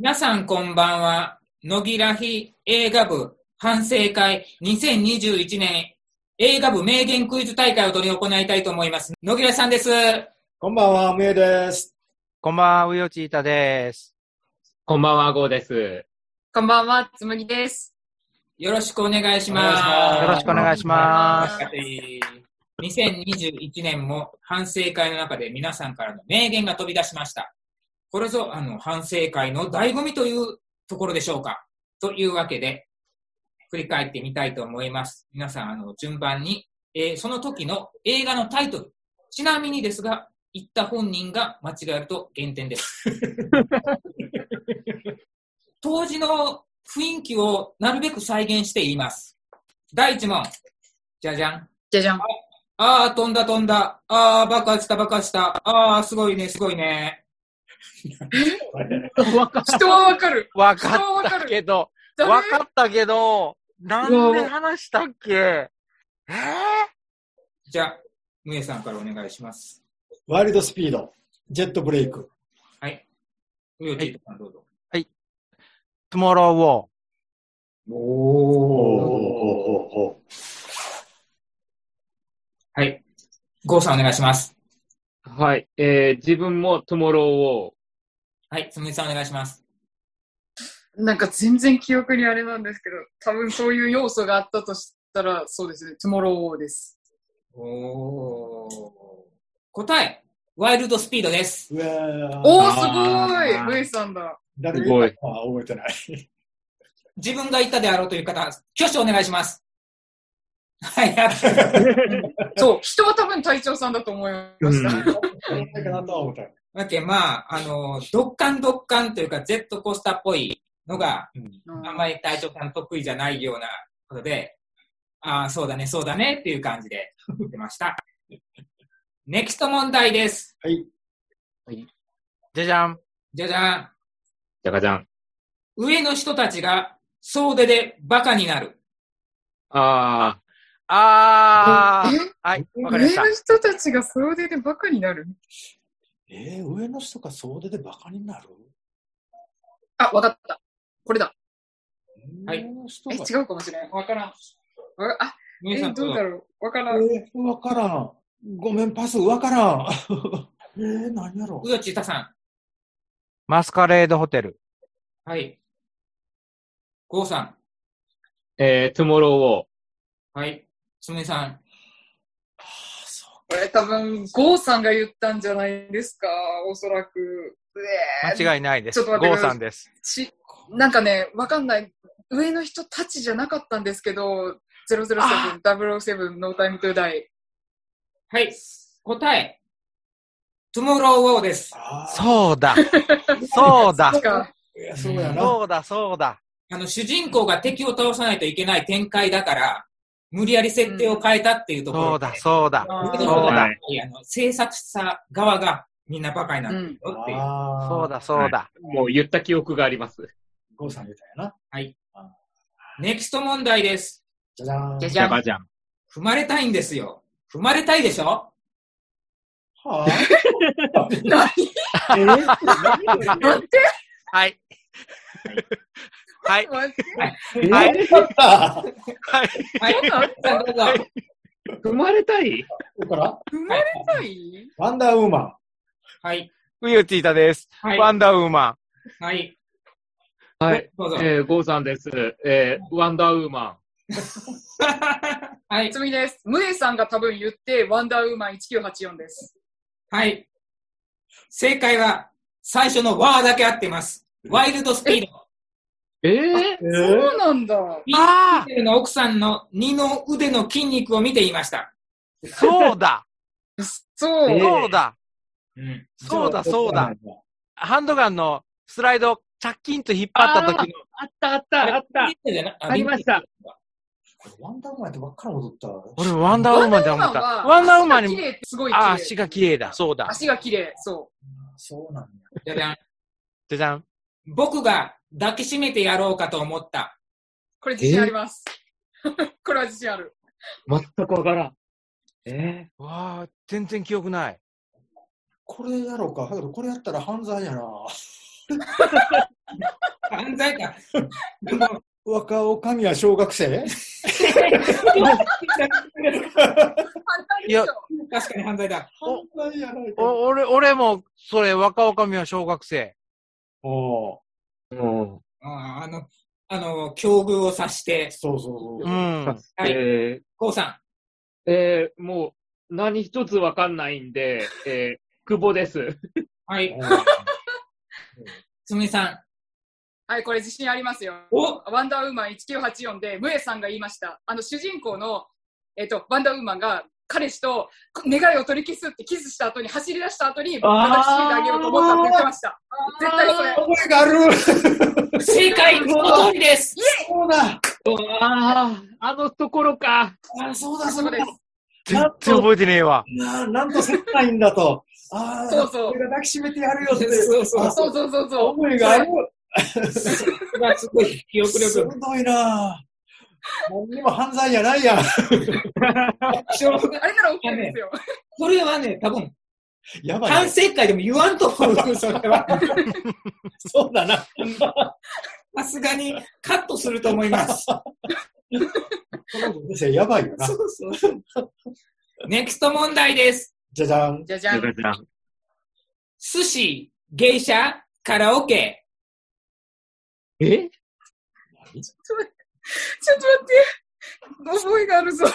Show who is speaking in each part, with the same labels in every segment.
Speaker 1: 皆さんこんばんは。野木らひ映画部反省会2021年映画部名言クイズ大会を取り行いたいと思います。野木らさんです。
Speaker 2: こんばんは、むえです。
Speaker 3: こんばんは、うよちーたです。
Speaker 4: こんばんは、ゴーです。
Speaker 5: こんばんは、つむぎです。
Speaker 1: よろしくお願いします。
Speaker 2: お
Speaker 3: よろしくお願いしま
Speaker 5: お
Speaker 3: す。
Speaker 5: 願
Speaker 1: 2021年も反省会の中で皆さんからの名言が飛び出しました。これぞあの反省会の醍醐味というところでしょうか。というわけで、振り返ってみたいと思います。皆さん、あの順番に、えーその時の映画のタイトル。ちなみにですが、言った本人が間違えると減点 です。当時の雰囲気をなるべく再現して言います。第1問。じゃじゃん。
Speaker 5: じゃじゃん。
Speaker 1: ああ、飛んだ飛んだ。ああ、爆発した爆発した。ああ、すごいね、すごいね。
Speaker 3: わか
Speaker 5: 人はわかる。
Speaker 3: わ
Speaker 5: 人
Speaker 3: かっ
Speaker 5: はわか
Speaker 3: た
Speaker 5: る。
Speaker 3: けど、
Speaker 5: 誰
Speaker 3: わかったけど、なんで話したっけえぇ、
Speaker 1: じゃあ、むえさんからお願いします。
Speaker 2: ワイルドスピード、ジェットブレイク。
Speaker 1: はい。うよちーさんどうぞ。
Speaker 3: トゥモローウォー。
Speaker 2: おーお
Speaker 1: はい。ゴーさんお願いします。
Speaker 4: はい。えー、自分もトゥモローを。
Speaker 1: はい、つむぎさんお願いします。
Speaker 5: なんか全然記憶にあれなんですけど、多分そういう要素があったとしたら、そうですね、トゥモロー王です。
Speaker 1: おー。答え、ワイルドスピードです。
Speaker 2: ーうわ
Speaker 5: おー、
Speaker 4: あー
Speaker 5: すごいルイさんだ。
Speaker 2: 誰
Speaker 4: すごい
Speaker 2: あ覚えてない。
Speaker 1: 自分が言ったであろうという方、挙手お願いします。はい、やった
Speaker 5: そう、人は多分隊長さんだと思いました。
Speaker 4: う
Speaker 2: なんかなとは思った。
Speaker 1: だけどまあ、あの、ドッカンドッカンというか、ジェットコースターっぽいのが、あんまり隊長さん得意じゃないようなことで、ああ、そうだね、そうだねっていう感じで言ってました。ネクスト問題です。
Speaker 2: はい。
Speaker 3: じゃじゃん。
Speaker 1: じゃじゃん。
Speaker 4: じゃかじゃん。
Speaker 1: 上の人たちが総出でバカになる。
Speaker 4: あ
Speaker 3: あー。
Speaker 5: え
Speaker 3: はい、わかりま
Speaker 5: 上
Speaker 3: した
Speaker 5: の。人たちが総出でバカになる
Speaker 2: えー、上の人が総出でバカになる
Speaker 5: あ、わかった。これだ。
Speaker 1: はい
Speaker 2: 上の人
Speaker 5: え、
Speaker 2: が
Speaker 5: 違うかもしれん。わからん。わあ、え
Speaker 1: 皆さん、
Speaker 5: どうだろう。わからん。
Speaker 2: えー、わからん。ごめん、パス、わからん。 えー、何やろ
Speaker 1: うよちたさ
Speaker 3: マスカレードホテル。
Speaker 1: ん。はい。ゴーさん。
Speaker 4: ー、えー、トゥモローを。
Speaker 1: はい。つむぎさん。
Speaker 5: これ多分、ゴーさんが言ったんじゃないですか、おそらく。うえー
Speaker 3: 間違いないで
Speaker 5: ち
Speaker 3: す。
Speaker 5: ょっ
Speaker 3: ゴ
Speaker 5: と待って
Speaker 3: ーさんです。
Speaker 5: ちなんかね、わかんない。上の人たちじゃなかったんですけど、007、007、ノータイムトゥダイ。
Speaker 1: はい。答え、トゥモローウォーです。
Speaker 2: あー
Speaker 3: そうだ。そうだ
Speaker 5: 確。か、
Speaker 2: いやそうやな。
Speaker 3: そうだ、そうだ。
Speaker 1: あの、主人公が敵を倒さないといけない展開だから、無理やり設定を変えたっていうところで、
Speaker 3: そうだ、そうだ。
Speaker 5: あー
Speaker 1: 僕の方があの、制作者側がみんなバカにな
Speaker 5: う
Speaker 1: ってる
Speaker 5: ん。
Speaker 1: よっていう。
Speaker 2: あー
Speaker 3: そう。だ、そうだ。
Speaker 4: もう言った記憶があります。
Speaker 2: ゴーさん言うたんやな。
Speaker 1: ネクスト問題です。
Speaker 2: じゃじゃーん。
Speaker 5: じゃじ
Speaker 4: じ
Speaker 5: ゃ
Speaker 4: ゃ
Speaker 5: ん。
Speaker 4: かじゃん。
Speaker 1: 踏まれたいんですよ。踏まれたいでしょ
Speaker 2: は
Speaker 5: 何
Speaker 2: あ、えー
Speaker 5: 待って
Speaker 3: はい。はい、
Speaker 5: 待って
Speaker 2: え
Speaker 3: は
Speaker 2: ー わかっ
Speaker 3: はい。
Speaker 1: はい。さあどうぞ。
Speaker 4: 踏まれたい
Speaker 2: た。だから、
Speaker 5: 生まれたい
Speaker 2: ワンダーウーマン。
Speaker 1: はい。
Speaker 3: うよちーたです。
Speaker 1: はい。
Speaker 3: ワンダーウーマン。
Speaker 1: はい。
Speaker 4: はい。。
Speaker 1: どうぞ。
Speaker 4: えー、ゴーさんです。えー、ワンダーウーマ
Speaker 1: はい
Speaker 5: つ。みです。ムエさんが多分言って、ワンダーウーマン1984です。
Speaker 1: はい。正解は、最初のワーだけ合ってます。ワイルドスピード。
Speaker 4: ン。え
Speaker 2: え
Speaker 5: そうなんだ。
Speaker 3: あ
Speaker 1: ピーテルの奥さんの二の腕の筋肉を見ていました。
Speaker 3: ー、そうだ。
Speaker 5: そう。
Speaker 4: え
Speaker 3: そうだ。
Speaker 1: うん。
Speaker 3: そうだ、そうだ。。ハンドガンのスライド、チャッキンと引っ張った時の、
Speaker 4: あったあったあった。ありました。
Speaker 2: これワンダーウーマンやってばっかり踊った。
Speaker 3: 俺ワンダーウーマンだと思った。ワンダーウーマン
Speaker 5: 足
Speaker 3: に、
Speaker 5: が綺麗ってすごい綺麗。
Speaker 3: あ、足が綺麗だ。そうだ。
Speaker 5: 足が綺麗、そ
Speaker 2: そうなんや。
Speaker 1: じゃじゃん。
Speaker 3: じゃじゃん。
Speaker 1: 僕が抱きしめてやろうかと思った。
Speaker 5: う。これ自信あります。 これは自信ある。
Speaker 4: 全くわからん。え
Speaker 3: わあ、全然記憶ない。
Speaker 2: これやろうか。これやったら犯罪やな。
Speaker 1: 犯罪か。でも、
Speaker 2: 若おかみは小学生
Speaker 3: いや
Speaker 1: 確かに犯罪だ。
Speaker 2: 犯罪やないか。
Speaker 3: お俺、俺も、それ、若女将は小学生。
Speaker 2: おー
Speaker 4: うん。
Speaker 1: あーあの、あの、境遇を察して、
Speaker 2: そうそう
Speaker 3: う
Speaker 2: そう。
Speaker 3: ん。
Speaker 1: はい
Speaker 4: えー
Speaker 1: こうさ
Speaker 4: えーもう、何一つわかんないんで、えー、久保です。
Speaker 1: ん。はい。つむぎさん。
Speaker 5: はい、これ自信ありますよ。
Speaker 1: お
Speaker 5: ワンダーウーマン1984で、ムエさんが言いました。あの、主人公の、えっと、ワンダーウーマンが、彼氏とこ願いを取り消すってキスした後に、走り出した後に、
Speaker 4: あー
Speaker 5: 私してあげようと思ったって言ってました。絶対それ。
Speaker 2: 覚えがある
Speaker 1: 正解その通りです
Speaker 2: そうだ
Speaker 4: ああ、あのところか。
Speaker 2: あそうだ、
Speaker 5: そ
Speaker 2: そうう
Speaker 5: で
Speaker 2: だ
Speaker 5: す。
Speaker 3: 全然覚えてねえわ。
Speaker 2: ななんと切ないんだと。ああ、
Speaker 5: そうそう
Speaker 2: 俺が抱きしめてやるよって。
Speaker 1: そうそう
Speaker 5: そうそうそうそう。
Speaker 2: 思いがある。
Speaker 1: それがすごい記憶力。
Speaker 2: 鋭いな何にも犯罪やないやん。
Speaker 5: あれなら OK ですよ。
Speaker 1: これはね、多分、
Speaker 2: やばい
Speaker 1: 反
Speaker 2: ね。
Speaker 1: 省会でも言わんと思う、それは。
Speaker 2: そうだな。
Speaker 1: さすがにカットすると思い ます。
Speaker 2: やばいよな。
Speaker 1: そうそうそう。ネクスト問題です。
Speaker 2: じゃじゃん。
Speaker 5: じゃじゃん。
Speaker 1: 寿司、芸者、カラオケ。
Speaker 4: え
Speaker 5: ちょっと待って、覚えがあるぞ。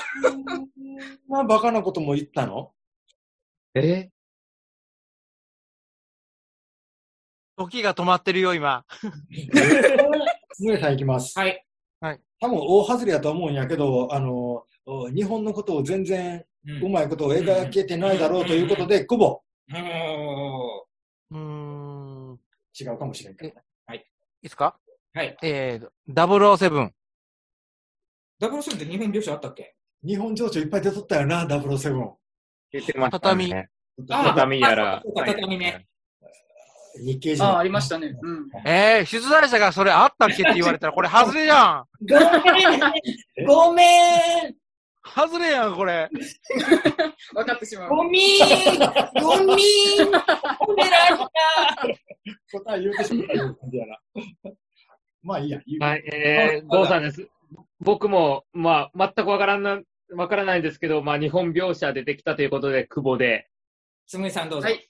Speaker 2: まあ、バカなことも言ったの
Speaker 4: え
Speaker 3: 時が止まってるよ、今。
Speaker 2: ムエさんいきます。
Speaker 1: はい。
Speaker 2: 多分大外れやと思うんやけど、あの、お日本のことを全然
Speaker 1: うん
Speaker 2: うまいことを描けてないだろうということで、久保、
Speaker 1: お
Speaker 3: うーん。
Speaker 2: 違うかもしれんけど。
Speaker 3: いいですか
Speaker 1: ーはい。
Speaker 3: えー、007。
Speaker 1: ダブルションって日本描写あったっけ
Speaker 2: 日本情緒いっぱい出とったよな、007。
Speaker 4: 言ってました、ね。
Speaker 3: 畳。
Speaker 4: 畳や
Speaker 1: あ
Speaker 4: ら
Speaker 1: そう。か畳ね。
Speaker 2: 日系人。
Speaker 5: ああ、ありましたね。うん。
Speaker 3: えー、出題者がそれあったっけって言われたら、これ外れじゃん。
Speaker 1: ごめんごめん
Speaker 3: 外れやん、こ れ。
Speaker 5: 分かってしまう。
Speaker 1: ゴミーゴミー褒められた
Speaker 2: 答え言うてしまったような感じやな。 まあいいや。言う
Speaker 4: はい、えー、郷さんです。僕も、まあ、全くわからんな、わからないんですけど、まあ、日本描写出てきたということで、久保で。
Speaker 1: つむぎさんどうぞ。
Speaker 5: はい。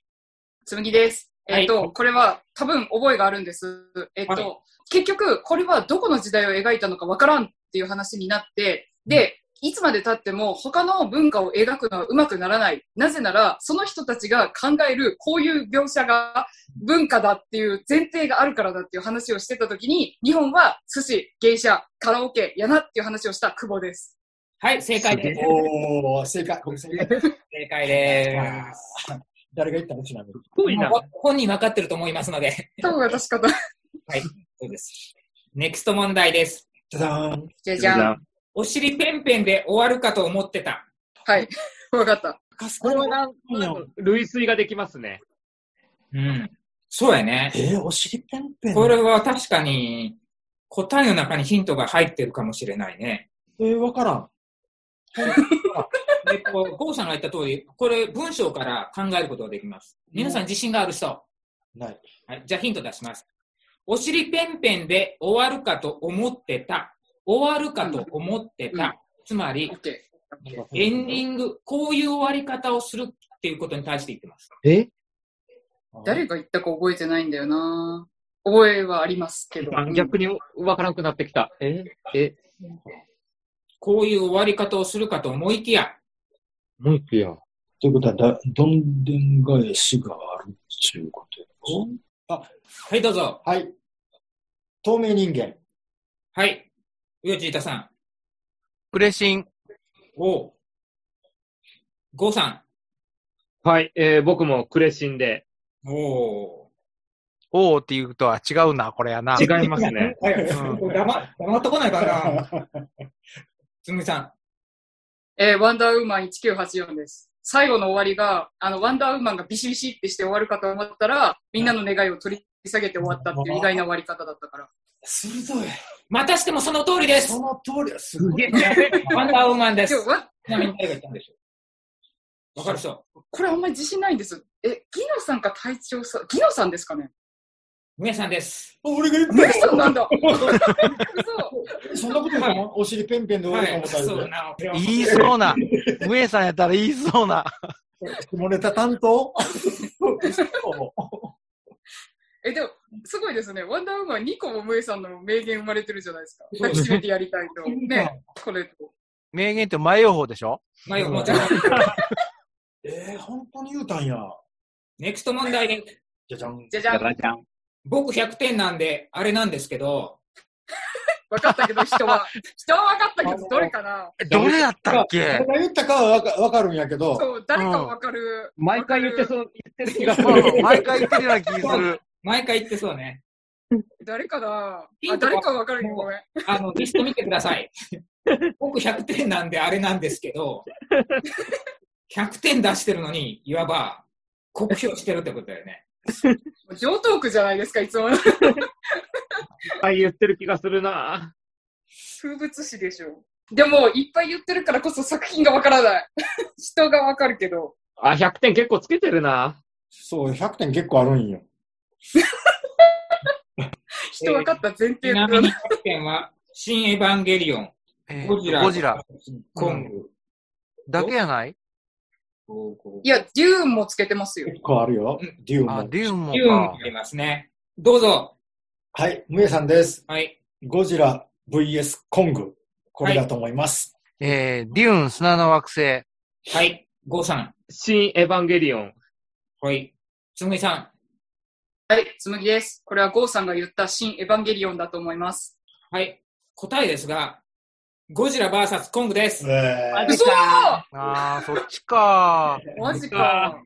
Speaker 5: つむぎです。
Speaker 1: はい
Speaker 5: えっ、と、これは多分覚えがあるんです。えっ、と、
Speaker 1: はい
Speaker 5: 結局、これはどこの時代を描いたのかわからんっていう話になって、で、いつまで経っても他の文化を描くのはうまくならない。なぜなら、その人たちが考えるこういう描写が文化だっていう前提があるからだっていう話をしてた時に、日本は寿司、芸者、カラオケ、やなっていう話をした久保です。
Speaker 1: はい、正解です。
Speaker 2: おー、正解。僕正解。
Speaker 1: 正解です。
Speaker 2: 誰が言ったのちなみに。
Speaker 4: すごいな。
Speaker 1: 本人分かってると 思いますので。
Speaker 5: 多分私方。
Speaker 1: そうです。ネクスト問題です。
Speaker 2: じゃじゃーん。
Speaker 5: じゃじゃん。
Speaker 1: お尻ペンペンで終わるかと思ってた。
Speaker 5: はい。 わかった。
Speaker 4: これはなん、なんか類推ができますね。
Speaker 1: うん。そうやね。
Speaker 2: えー、お尻ペンペン。
Speaker 1: これは確かに、答えの中にヒントが入ってるかもしれないね。
Speaker 2: えー、わからん。
Speaker 1: えっと、ゴーさんが言った通り、これ文章から考えることができます。皆さん自信がある人。
Speaker 2: ない。
Speaker 1: はい、じゃあヒント出します。お尻ペンペンで終わるかと思ってた。終わるかと思ってた。
Speaker 5: うんうん
Speaker 1: つまり
Speaker 5: オッ、ケー。
Speaker 1: エンディ
Speaker 2: グ。
Speaker 1: ング、こういう終わり方をするっていうことに対して言ってます。
Speaker 4: え
Speaker 5: 誰が言ったか覚えてないんだよな覚えはありますけど。
Speaker 4: 逆にわからなくなってきた。ええ
Speaker 1: こういう終わり方をするかと思いきや、
Speaker 4: もう一個や。
Speaker 2: ということは、だどんでん返しがあるっていうことや
Speaker 1: はい、どうぞ。
Speaker 2: はい。透明人間。
Speaker 1: はい。うよちいたさん。
Speaker 3: プレシン。
Speaker 1: おう。ごうさ
Speaker 4: はい、えー、僕もクレシンで。
Speaker 1: ん。おう。
Speaker 3: おーっていうとは違うな、これやな。
Speaker 4: 違いますね。
Speaker 1: はい、黙、
Speaker 3: う
Speaker 1: 黙っとこないからな。 つむぎさん。
Speaker 5: えーワンダーウーマン1984です。最後の終わりが、あの、ワンダーウーマンがビシビシってして終わるかと思ったら、みんなの願いを取り下げて終わったっていう意外な終わり方だったから。
Speaker 2: 鋭い。
Speaker 1: またしてもその通りです
Speaker 2: そ。の通りだ。すげえ。
Speaker 1: ワンダーウーマンで
Speaker 5: ですも。わ
Speaker 1: ちなみに誰が言ったんでしょうわかる人。
Speaker 5: これあんまり自信ないんです。え、ギノさんか隊長さん、ギノさんですかね
Speaker 1: 皆さんです。
Speaker 2: 俺が言っ
Speaker 5: ムネ
Speaker 2: たよ
Speaker 5: さんなんだ。嘘。
Speaker 2: そんなこと言うのお尻ペンペンで終わ
Speaker 1: は
Speaker 2: るか
Speaker 1: い、
Speaker 2: もしれ
Speaker 1: そう
Speaker 2: ない。
Speaker 1: なの。
Speaker 3: 言いそうな。ムエさんやったら言いそうな。
Speaker 2: 下ネタ担当そう
Speaker 5: え、でも、すごいですね。ワンダーウーマン2個もムエさんの名言生まれてるじゃないですか。抱きしめてやりたいと。ね、これと。
Speaker 3: 名言って前予報でしょ
Speaker 1: まあ、もうじゃあ
Speaker 2: えー、本当に言うたんや。
Speaker 1: ネクスト問題で、
Speaker 2: じゃじゃん。
Speaker 5: じゃじゃん。
Speaker 6: じゃん。
Speaker 1: 僕100点なんで、あれなんですけど、
Speaker 5: 分かったけど、人 は。人は分かったけど、どれかな
Speaker 3: どれやったっけ
Speaker 2: 誰が言ったかはわかわかるんやけど、
Speaker 5: そう、誰か分かる。
Speaker 4: 毎回言って そう、言ってる気がする。
Speaker 3: うん毎回言ってるような気する。
Speaker 1: 毎回言ってそうね。
Speaker 5: 誰かな
Speaker 1: ヒ
Speaker 5: あ、
Speaker 1: ントは
Speaker 5: 誰か分かるよ、ごめん。
Speaker 1: あの、リスト見てください。僕100点なんであれなんですけ ど、100点出してるのに、いわば、酷評してるってことだよね。
Speaker 5: 上等句じゃないですか、いつも。
Speaker 4: 毎回言ってる気がするな
Speaker 5: 風物詩でしょ。でも、いっぱい言ってるからこそ作品が分からない。 人が分かるけど。
Speaker 4: あ、100点結構つけてるな
Speaker 2: そう、100点結構あるんよ。
Speaker 5: 人分かった前提
Speaker 1: ちな
Speaker 5: だ
Speaker 1: みに100点は、新エヴァンゲリオン、
Speaker 3: えー
Speaker 1: ゴジラ、
Speaker 3: ゴジラ。
Speaker 1: コング、
Speaker 3: だけやない
Speaker 5: いや、デューンもつけてますよ。
Speaker 2: 結構あるよ。デューン
Speaker 3: あ
Speaker 2: も、。
Speaker 3: デューンも
Speaker 1: ユーンも
Speaker 3: か
Speaker 1: あ。りますね。どうぞ。
Speaker 2: はい、むえさんです。
Speaker 1: はい。
Speaker 2: ゴジラ VS コング。これだと思います。
Speaker 3: えー、デューン砂の惑星。
Speaker 1: はい。ゴーさん。
Speaker 4: 新エヴァンゲリオン。
Speaker 1: はい。つむぎさ
Speaker 5: はい、つむぎです。これはゴーさんが言った新エヴァンゲリオンだと思います。
Speaker 1: ん。はい。答えですが、ゴジラ VS コングです。
Speaker 2: え
Speaker 5: 嘘
Speaker 3: あー、そっちか
Speaker 5: マジか。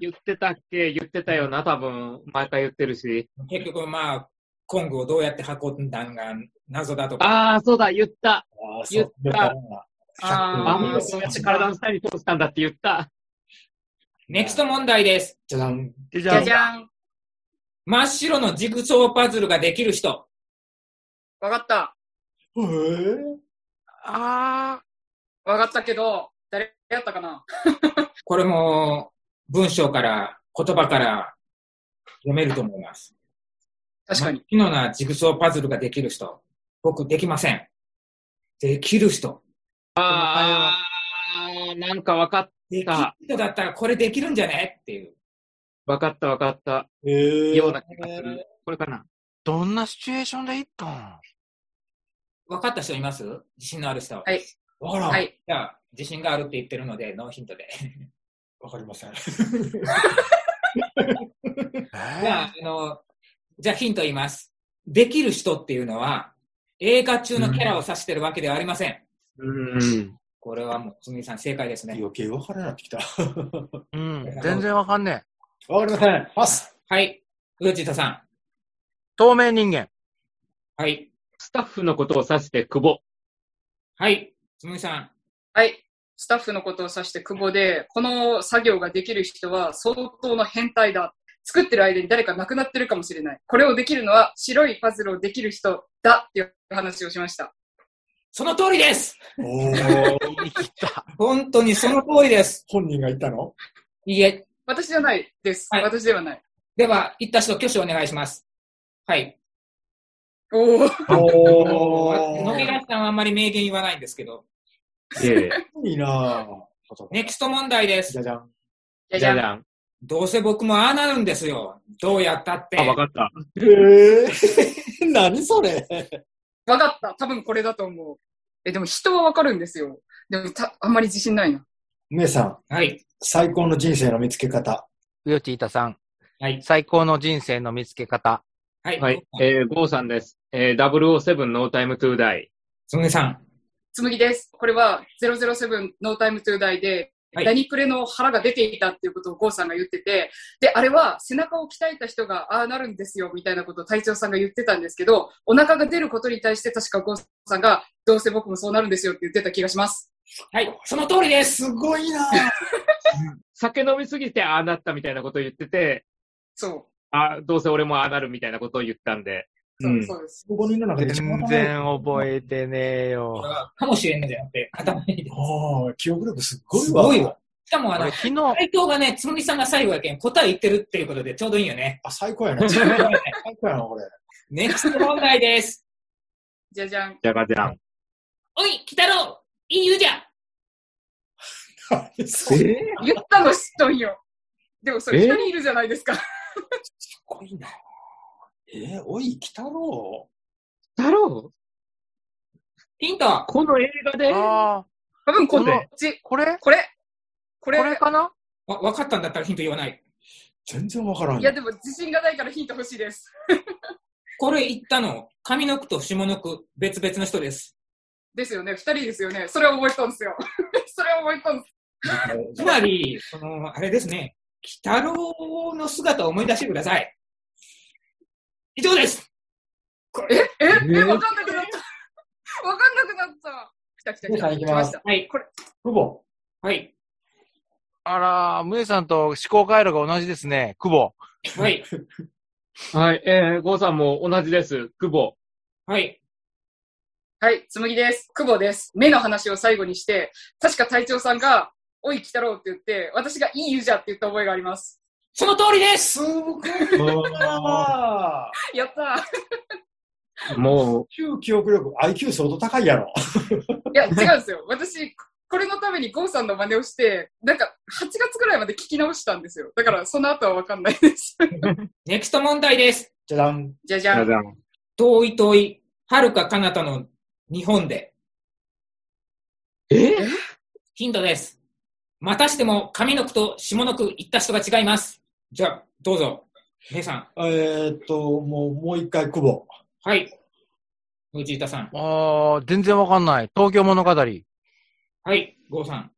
Speaker 4: 言ってたっけ言ってたよな、多分。毎回言ってるし。
Speaker 1: 結局、まあ、コングをどうやって運んだのが謎だとか。
Speaker 4: ああ、そうだ、言った。
Speaker 2: ー、
Speaker 4: 言った
Speaker 2: そうだな
Speaker 5: あー
Speaker 4: あの、そうやって体の下に通したんだって言った。
Speaker 1: ネクスト問題です。
Speaker 2: じゃじゃん。
Speaker 3: じ
Speaker 5: じゃじゃん。
Speaker 1: 真っ白のジグソーパズルができる人。
Speaker 5: わかった。
Speaker 2: えー、
Speaker 3: あ
Speaker 5: わかったけど、誰やったかな
Speaker 1: これも、文章から、言葉から読めると思います。
Speaker 5: 確かに。
Speaker 1: 真っ白なジグソーパズルができる人。僕、できません。できる人。
Speaker 4: ああ、なんか分かっ
Speaker 1: できる
Speaker 4: た。
Speaker 1: 人だったらこれできるんじゃねっていう。
Speaker 4: 分かった、分かった。
Speaker 2: えー、
Speaker 4: ような気がする。これかな。
Speaker 3: ー、どんなシチュエーションで行ったん
Speaker 1: 分かった人います自信のある人。
Speaker 5: い
Speaker 2: わからん。
Speaker 5: はい。
Speaker 1: じゃあ、自信があるって言ってるので、ノーヒントで。
Speaker 2: わかりません。
Speaker 3: えー
Speaker 1: じゃあ、あの、じゃあヒント言います。できる人っていうのは、映画中のキャラを指してるわけではありません。
Speaker 4: うん。
Speaker 1: これはもう、つむぎさん正解ですね。
Speaker 2: 余計わからなくてきた。
Speaker 3: うん、全然わかんねえ。
Speaker 2: わかりません。パス。
Speaker 1: はい。藤田さ
Speaker 3: 透明人間。
Speaker 1: ん。はい。
Speaker 4: スタッフのことを指して、久保。
Speaker 1: はい。つむぎさん。
Speaker 5: はい。スタッフのことを指して久保で、この作業ができる人は相当の変態だ。作ってる間に誰か亡くなってるかもしれない。これをできるのは白いパズルをできる人だっていう話をしました。
Speaker 1: その通りです
Speaker 2: おー
Speaker 3: 言い切った。
Speaker 1: 本当にその通りです
Speaker 2: 本人が言ったの
Speaker 1: いいえ。
Speaker 5: 私じゃないです。
Speaker 1: はい
Speaker 5: 私ではない。
Speaker 1: では、言った人、挙手お願いします。はい。
Speaker 5: おお。
Speaker 2: お
Speaker 1: 野木らさんはあんまり名言言わないんですけど。
Speaker 4: え
Speaker 2: いいなぁ。
Speaker 1: ネクスト問題です
Speaker 2: じ。ゃじゃん。
Speaker 4: え。
Speaker 5: じ
Speaker 4: じゃ
Speaker 5: ゃ
Speaker 4: じ
Speaker 5: じゃん。
Speaker 4: ゃん。
Speaker 1: どうせ僕もああなるんですよ。どうやったって。
Speaker 4: あ、分かった。
Speaker 2: えー、 何それ
Speaker 5: わかった。多分これだと思う。え、でも人はわかるんですよ。でもた、あんまり自信ないな。
Speaker 2: 姉さん、
Speaker 1: はい。
Speaker 2: 最高の人生の見つけ方。
Speaker 3: うよちいたさん。
Speaker 1: はい。
Speaker 3: 最高の人生の見つけ方。
Speaker 1: はい。
Speaker 4: はい。えー、ゴーさんです。えー、007ノータイムトゥーダイ。
Speaker 1: つむぎさん。
Speaker 5: つむぎです。これは007ノータイムトゥーダイで、
Speaker 1: はい
Speaker 5: ダニプレの腹が出ていたっていうことをゴーさんが言ってて、で、あれは背中を鍛えた人がああなるんですよみたいなことを隊長さんが言ってたんですけど、お腹が出ることに対して確かゴーさんがどうせ僕もそうなるんですよって言ってた気がします。
Speaker 1: はい。その通りです。
Speaker 2: すごいなぁ。
Speaker 4: 酒飲みすぎてああなったみたいなことを言ってて、
Speaker 5: そ
Speaker 4: あどうせ俺もああなるみたいなことを言ったんで。
Speaker 5: う。そううんそうです。
Speaker 2: 5人の中で一番
Speaker 3: 全
Speaker 2: 長い
Speaker 3: 然覚えてねえよ。
Speaker 1: かもしれんのじゃなくて、頭に入れて
Speaker 2: ああ、記憶力すっごいわ。
Speaker 1: すごいわ。しかもあの
Speaker 3: 俺、、昨日、
Speaker 1: 回答がね、つむぎさんが最後やけん、答え言ってるっていうことでちょうどいいよね。
Speaker 2: あ、最高やな。最高やな、こ れ。
Speaker 1: ネクスト問題です。
Speaker 5: じゃじゃん。
Speaker 6: じゃがじゃん。
Speaker 1: おい、鬼太郎いい湯じゃ
Speaker 6: え
Speaker 2: す
Speaker 5: 言ったの知っとんよ。でもそれ
Speaker 6: え
Speaker 5: 一人いるじゃないですか。
Speaker 2: ごいな。えー、おい、北郎。
Speaker 4: だろ
Speaker 1: ヒント
Speaker 4: うこの映画で
Speaker 3: ああ、
Speaker 5: 多分こっ
Speaker 4: これ
Speaker 5: ち。
Speaker 3: これ
Speaker 5: これ。
Speaker 3: こ
Speaker 5: これ。
Speaker 3: れかな
Speaker 1: わ、分かったんだったらヒント言わない。
Speaker 2: 全然わからん。
Speaker 5: いや、でも自信がないからヒント欲しいです。
Speaker 1: これ言ったの、上の句と下の句、別々の人です。
Speaker 5: ですよね。二人ですよね。それを覚えとんすよ。 それを覚えとんす。
Speaker 1: つまり、その、あれですね、鬼太郎の姿を思い出してください。以上です
Speaker 5: ええ
Speaker 4: え
Speaker 5: えわかんなくなった。わかんなくなった。来た来た来た。
Speaker 2: 行き
Speaker 5: 来
Speaker 2: ま
Speaker 5: ますした。
Speaker 1: はい。
Speaker 2: ほぼ。
Speaker 1: はい。
Speaker 3: あら、ムエさんと思考回路が同じですね。久保。
Speaker 1: はい。
Speaker 4: はい、えー、ゴーさんも同じです。久保。
Speaker 1: はい。
Speaker 5: はい、つむぎです。久保です。目の話を最後にして、確か隊長さんが、おい、来たろうって言って、私がいい湯じゃって言った覚えがあります。
Speaker 1: その通りです
Speaker 2: すごいな。
Speaker 5: やったー。
Speaker 4: もう、
Speaker 2: 旧記憶力、IQ 相当高いやろ。
Speaker 5: いや、違うんですよ。私、これのためにゴーさんの真似をして、なんか、8月ぐらいまで聞き直したんですよ。だから、その後はわかんないです。
Speaker 1: ネクスト問題です。
Speaker 2: じゃだん。
Speaker 5: じゃじ
Speaker 6: じ
Speaker 5: ゃ
Speaker 6: ゃ
Speaker 5: ん。
Speaker 6: じゃん。
Speaker 1: 遠い遠い、遥か彼方の日本で。
Speaker 4: え
Speaker 1: ヒントです。またしても上の句と下の句言った人が違います。じゃあ、どうぞ。姉さん。
Speaker 2: えー、っと、もう、もう一回、久保。
Speaker 1: はい。藤井田さん。
Speaker 3: ああ、全然わかんない。東京物語。
Speaker 1: はい。郷さん。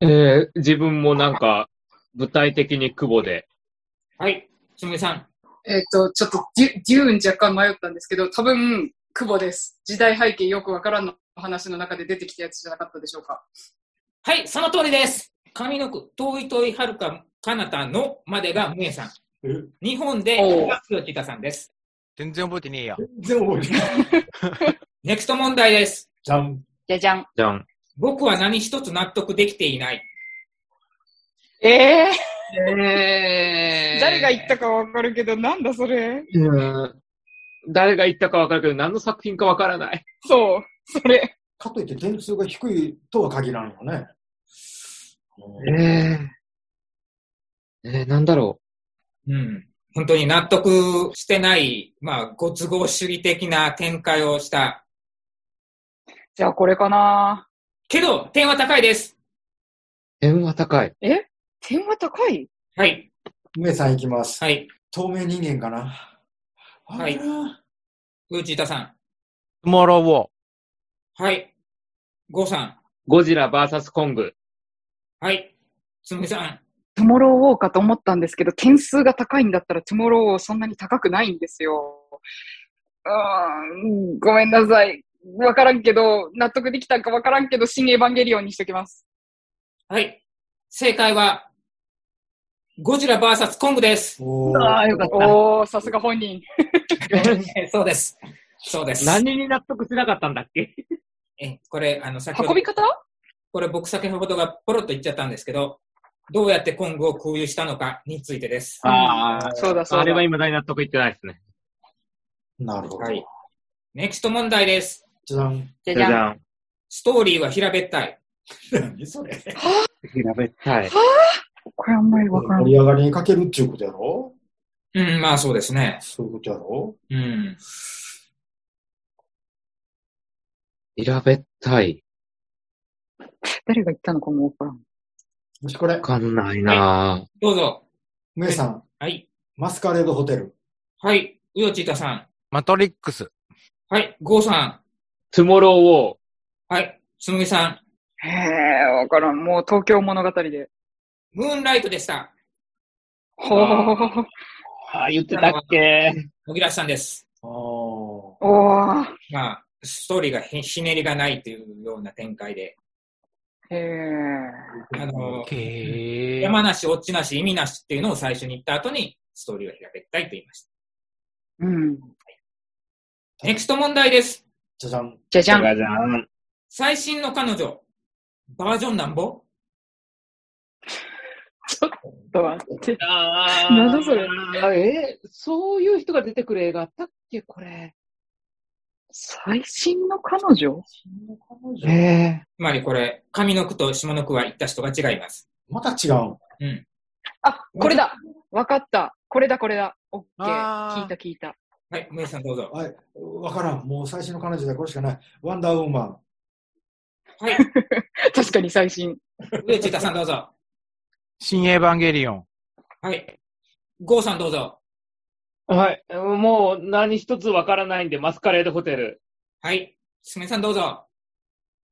Speaker 4: えー、自分もなんか、具体的に久保で。
Speaker 1: はい。つむぎさん。
Speaker 5: えっ、と、ちょっとデュ、デューン若干迷ったんですけど、多分、久保です。時代背景よくわからんの話の中で出てきたやつじゃなかったでしょうか。
Speaker 1: はい。その通りです。上の句、遠い遠い遥か彼方のまでがむえさん。
Speaker 2: え
Speaker 1: 日本で
Speaker 5: おう、
Speaker 1: 藤井田さんです。
Speaker 3: 全然覚えてねえや。
Speaker 2: 全然覚えてない。
Speaker 1: ネクスト問題です。
Speaker 2: じゃん。
Speaker 5: じゃじゃん。
Speaker 6: じゃん。
Speaker 1: 僕は何一つ納得できていない。
Speaker 5: ええ
Speaker 4: え
Speaker 5: 誰が言ったかわかるけど、なんだそれ。
Speaker 4: うん誰が言ったかわかるけど、何の作品かわからない。
Speaker 5: そう、それ。
Speaker 2: かといって点数が低いとは限らんよね。うん
Speaker 4: ええー、なんだろ
Speaker 1: うん。本当に納得してない、まあ、ご都合主義的な展開をした
Speaker 5: じゃあこれかな
Speaker 1: けど、点は高いです。
Speaker 4: う。円は高い。
Speaker 5: 点は高い
Speaker 1: はい。
Speaker 2: 梅さんいきます。
Speaker 1: はい。
Speaker 2: 透明人間かな。
Speaker 1: はい
Speaker 2: あら
Speaker 1: ウーチータさ
Speaker 3: トゥモローウォー。
Speaker 1: ん。はい。ゴーさん。
Speaker 4: ゴジラバーサスコング。
Speaker 1: はい。つむぎさん。
Speaker 5: トゥモローウォーかと思ったんですけど、点数が高いんだったらトゥモローウォーそんなに高くないんですよ。うーん、ごめんなさい。わからんけど、納得できたんかわからんけど、新エヴァンゲリオンにしときます。
Speaker 1: はい。正解は、ゴジラ VS コングです。
Speaker 2: おー
Speaker 4: あ、よかっ
Speaker 5: おー、さすが本 人。
Speaker 1: そうです。そうです。
Speaker 4: 何に納得しなかったんだっけ
Speaker 1: え、これ、あの、先ほ
Speaker 5: 運
Speaker 1: ど
Speaker 5: び、方
Speaker 1: これ僕先ほどがポロッと言っちゃったんですけど、どうやってコングを空輸したのかについてです。
Speaker 4: ああ、
Speaker 5: そうだそうだ
Speaker 4: あれは未だに納得いってないですね。
Speaker 2: なるほど。
Speaker 1: はいネクスト問題です。
Speaker 2: じゃだん。
Speaker 5: じ
Speaker 6: じゃじ。ゃん。
Speaker 1: ストーリーは平べったい。
Speaker 2: 何それ
Speaker 4: 平べったい。
Speaker 5: これあんまりわからん。
Speaker 2: 盛り上がりにかけるっていうことやろ
Speaker 1: うん、まあそうですね。
Speaker 2: そういうことやろ
Speaker 1: うん。
Speaker 4: 平べったい。
Speaker 5: 誰が言ったのかもわからん。
Speaker 2: もしこれ
Speaker 4: わ、かんないな
Speaker 1: どうぞ。
Speaker 2: 梅さん、
Speaker 1: はい。
Speaker 2: マスカレードホテル。
Speaker 1: はい。ウヨチータさん。
Speaker 3: マトリックス。
Speaker 1: はい。ゴーさん。
Speaker 4: トゥモローウォー。
Speaker 1: はい。つむぎさん。
Speaker 5: へえ、わからん。もう東京物語で。
Speaker 1: ムーンライトでした。
Speaker 5: ほー。
Speaker 4: ああ、言って
Speaker 1: たっ
Speaker 4: け
Speaker 1: 野木らさんです。
Speaker 2: あー
Speaker 5: おー。
Speaker 1: まあ、ストーリーがひひねりがないというような展開で、
Speaker 5: へえ。
Speaker 1: あの、
Speaker 3: へ
Speaker 1: 山なし、オチなし、意味なしっていうのを最初に言った後に、ストーリーは平べったいと言いまし
Speaker 5: うん。
Speaker 1: た。ネクスト問題です。
Speaker 2: じゃじゃん。
Speaker 5: じゃじ
Speaker 6: じ
Speaker 5: ゃ
Speaker 6: ゃ
Speaker 5: ん。
Speaker 6: がじゃん。
Speaker 1: 最新の彼女、バージョンなんぼ
Speaker 5: ちょっと待って。
Speaker 4: あ
Speaker 5: なんだそれ
Speaker 4: れ。えー、そういう人が出てくる映画あったっけこれ。
Speaker 5: 最新の彼女
Speaker 4: ええ
Speaker 1: つまりこれ、上の句と下の句は言った人が違います。
Speaker 2: また違う。
Speaker 1: うん。
Speaker 5: あ、これだわかった。これだ、これだ。オッケ
Speaker 3: あー
Speaker 5: ー。聞いた、聞いた。
Speaker 1: はい、梅さんどうぞ。
Speaker 2: はい。わからん。もう最初の彼女だ。これしかない。ワンダーウーマン。
Speaker 1: はい、
Speaker 5: 確かに最新。
Speaker 1: 上地田さんどうぞ。
Speaker 3: 新エヴァンゲリオン。
Speaker 1: はい。郷さんどうぞ。
Speaker 4: はい。もう何一つわからないんで、マスカレードホテル。
Speaker 1: はい。すみさんどうぞ。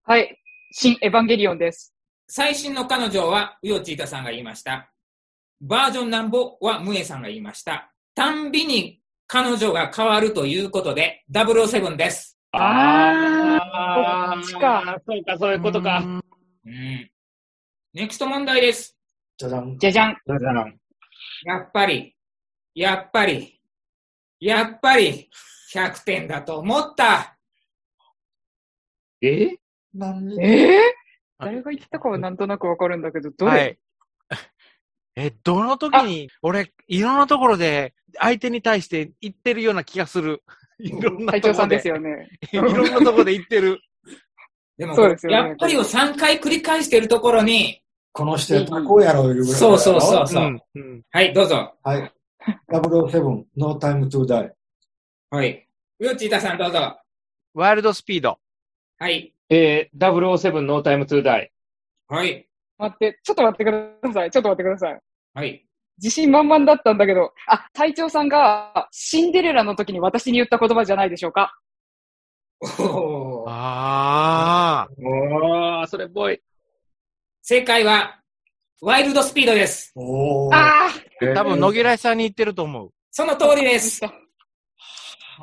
Speaker 5: はい。新エヴァンゲリオンです。
Speaker 1: 最新の彼女は、うよちいたさんが言いました。バージョンなんぼは、むえさんが言いました。たんびに彼女が変わるということで、007です。
Speaker 5: あー
Speaker 4: あー
Speaker 5: そっちか。
Speaker 4: そうか、そういうことか。
Speaker 1: うん。ネクスト問題です。
Speaker 2: じゃじゃん。
Speaker 5: じゃじゃん。
Speaker 1: やっぱり、やっぱり、やっぱり、100点だと思った。
Speaker 4: え
Speaker 2: 何
Speaker 5: ええ誰が言ったかはなんとなくわかるんだけど、どれ、
Speaker 3: はい。え、どの時に、俺、いろんなところで、相手に対して言ってるような気がする。いろんな
Speaker 5: 隊
Speaker 3: と
Speaker 5: 長
Speaker 3: こ
Speaker 5: さん
Speaker 3: で。
Speaker 5: ですよね。
Speaker 3: いろんなとこで言ってる。
Speaker 1: でも、
Speaker 5: そうですよね
Speaker 1: やっぱりを3回繰り返しているところに、
Speaker 2: この人やったらこうやろういうぐらいだ
Speaker 1: そ
Speaker 2: ろ
Speaker 1: うそうそうそう、
Speaker 3: ん。うん
Speaker 1: はい、どうぞ。
Speaker 2: はい。007、No Time to Die。
Speaker 1: はい。うよちいたさんどうぞ。
Speaker 3: ワイルドスピード。
Speaker 1: はい。
Speaker 4: えー、007ノータイムトゥーダイ。
Speaker 1: はい。
Speaker 5: 待って、ちょっと待ってください。ちょっと待ってください。
Speaker 1: はい。
Speaker 5: 自信満々だったんだけど、あ、隊長さんがシンデレラの時に私に言った言葉じゃないでしょうか。
Speaker 1: おー
Speaker 3: あ
Speaker 4: おー、それっぽい。
Speaker 1: 正解は、ワイルドスピードです。
Speaker 2: おー。
Speaker 5: あ
Speaker 3: あ。多分、野木らさんに言ってると思う。
Speaker 1: その通りで
Speaker 5: あ
Speaker 1: す。
Speaker 2: あ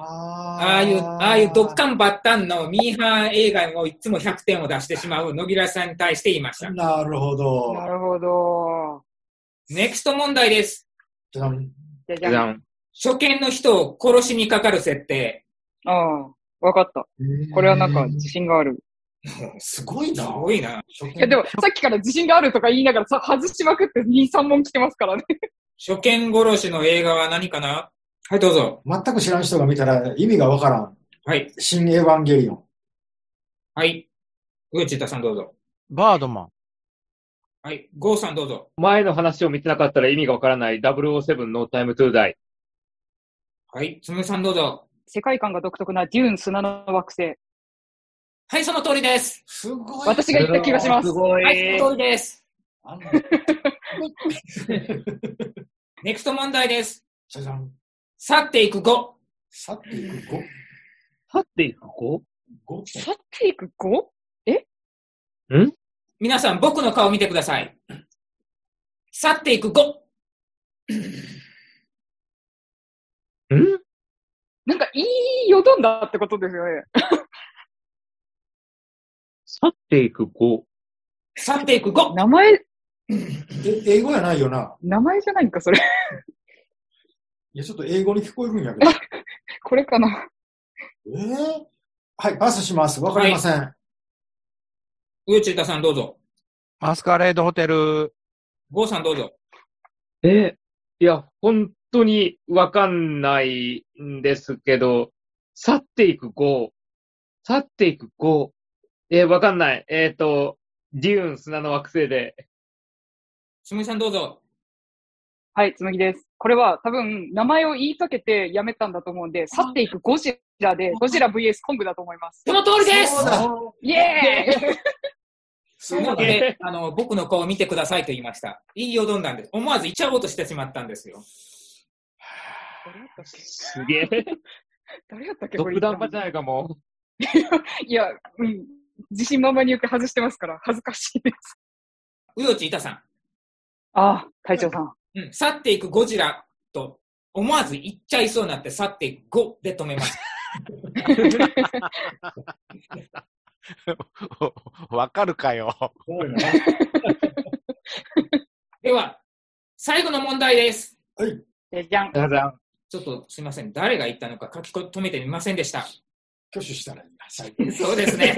Speaker 1: ああいう、ああいうドッカンバッタンのミーハー映画をいつも100点を出してしまう野木らさんに対して言いました。
Speaker 2: なるほど。
Speaker 5: なるほど。
Speaker 1: ネクスト問題です。
Speaker 2: じゃじゃん。
Speaker 5: じゃじ
Speaker 4: じゃ
Speaker 5: ゃん。
Speaker 4: ん。
Speaker 1: 初見の人を殺しにかかる設定。
Speaker 5: うん。わかった。これはなんか自信がある。
Speaker 2: すごい
Speaker 1: す
Speaker 2: な。
Speaker 1: ごいな。
Speaker 2: 初見
Speaker 5: いやでも、さっきから自信があるとか言いながらさ、外しまくって2、3問来てますからね。
Speaker 1: 初見殺しの映画は何かなはい、どうぞ。
Speaker 2: 全く知らん人が見たら意味がわからん。
Speaker 1: はい。
Speaker 2: 新エヴァンゲリオン。
Speaker 1: はい。ウエチータさんどうぞ。
Speaker 3: バードマン。
Speaker 1: はい。ゴーさんどうぞ。
Speaker 4: 前の話を見てなかったら意味がわからない007ノータイムトゥーダイ。
Speaker 1: はい。つむさんどうぞ。
Speaker 5: 世界観が独特なデューン砂の惑星。
Speaker 1: はい、その通りです。
Speaker 2: すごい。
Speaker 5: 私が言った気がします。
Speaker 4: ご
Speaker 1: はい、その通りです。
Speaker 2: あの
Speaker 1: ネクスト問題です。
Speaker 2: じゃじゃん。
Speaker 1: 去っていく5。
Speaker 2: 去っていく5、
Speaker 4: 去っていく子
Speaker 2: 5点。
Speaker 5: 去っていく 5?
Speaker 1: 皆さん、僕の顔見てください。去っていく5。
Speaker 4: ん
Speaker 5: なんかいいよどんだってことですよね。
Speaker 4: 去っていく子
Speaker 1: 去っていく5。
Speaker 5: 名前、
Speaker 2: え、英語やないよな。
Speaker 5: 名前じゃないんか、それ。
Speaker 2: いや、ちょっと英語に聞こえるんやけど。
Speaker 5: これかな。
Speaker 2: えー、はい、パスします。わかりません。
Speaker 1: 上中田さんどうぞ。
Speaker 3: マスカレードホテル。
Speaker 1: ゴーさんどうぞ。
Speaker 4: えいや、本当にわかんないんですけど、去っていく子去っていく子えーわかんない。えっ、と、デューン砂の惑星で。
Speaker 1: すみさんどうぞ。
Speaker 5: はい、つむぎです。これは多分、名前を言いかけてやめたんだと思うんで、去っていくゴジラで、ゴジラ VS コングだと思います。
Speaker 1: その通りです
Speaker 2: そうだ。
Speaker 5: イエーイ
Speaker 1: そうなので、あの、僕の顔見てくださいと言いました。言いよどんだんです。思わず言っちゃおうとしてしまったんですよ。
Speaker 4: すげえ。
Speaker 5: 誰やったっけこ れ
Speaker 4: 独断場じゃないかも。
Speaker 5: いや、うん。自信満々に言って外してますから、恥ずかしいです。
Speaker 1: うよちいたさ
Speaker 5: ああ、隊長さん。
Speaker 1: ん。うん。去っていくゴジラと、思わず言っちゃいそうになって、去っていく5で止めました。
Speaker 3: わかるか よ。
Speaker 2: そう
Speaker 1: では、最後の問題です。
Speaker 5: じゃじゃん。
Speaker 4: じゃじゃん。
Speaker 1: ちょっとすいません。誰が言ったのか書き留めてみませんでした。
Speaker 2: 挙手したらいいな、最 後。
Speaker 1: そうですね。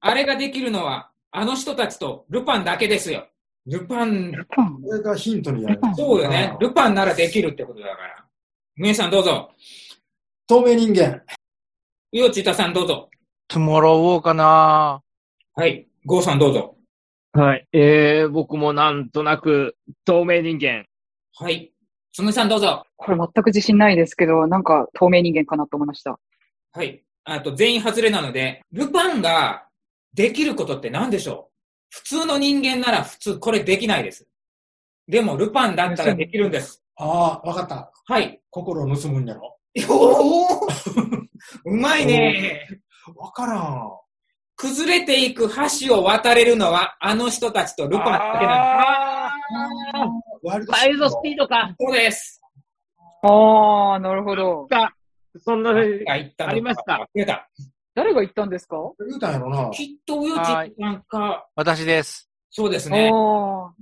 Speaker 1: あれができるのは、あの人たちとルパンだけですよ。ルパン、
Speaker 6: ルパン
Speaker 2: これがヒントになる
Speaker 6: ル。パン
Speaker 1: そうよね。ルパンならできるってことだから。むえさんどうぞ。
Speaker 2: 透明人間。
Speaker 1: ゆうちたさんどうぞ。
Speaker 3: トゥモローウォーかな
Speaker 1: はい。ゴーさんどうぞ。
Speaker 4: はい。えー、僕もなんとなく、透明人間。
Speaker 1: はい。つむさんどうぞ。
Speaker 6: これ全く自信ないですけど、なんか透明人間かなと思いました。
Speaker 1: はい。あと全員外れなので、ルパンができることって何でしょう普通の人間なら普通これできないです。でもルパンだったらできるんです。
Speaker 2: ああ、わかった。
Speaker 1: はい。
Speaker 2: 心を盗むんやろ。
Speaker 1: おお うまいね
Speaker 2: わからん。
Speaker 1: 崩れていく橋を渡れるのはあの人たちとルパンだけなんで
Speaker 4: あ
Speaker 2: ワイルド
Speaker 4: ワイルドスピードか。
Speaker 1: す。そうです。
Speaker 6: ああ、なるほど。
Speaker 4: か。そんな、
Speaker 1: が言ったのか
Speaker 4: ありました。
Speaker 1: 言えた。
Speaker 6: 誰が言ったんですか
Speaker 2: 言うたんやろな。
Speaker 1: きっとウヨチなんか、
Speaker 3: 私です。
Speaker 1: そうですね。
Speaker 6: あ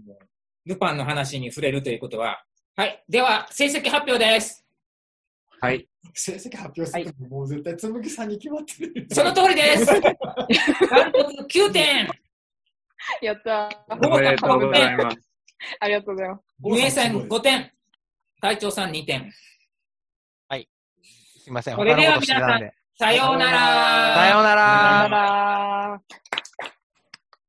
Speaker 1: ルパンの話に触れるということは。はい。では、成績発表です。
Speaker 4: はい。
Speaker 2: 成績発表するときもう絶対つむぎさんに決まってる。
Speaker 1: その通り です。ダントツ9点。
Speaker 6: あ、やったー。
Speaker 4: おめでとうございます。
Speaker 6: ありがとうございます。
Speaker 1: 無エさん
Speaker 2: ご
Speaker 1: 5点。隊長さん2点。
Speaker 3: すいません。
Speaker 1: それ
Speaker 3: 他
Speaker 1: で
Speaker 3: のこ
Speaker 1: は
Speaker 3: としてたんで。
Speaker 1: さようなら。
Speaker 3: さような
Speaker 6: さよな
Speaker 3: ら。
Speaker 6: ら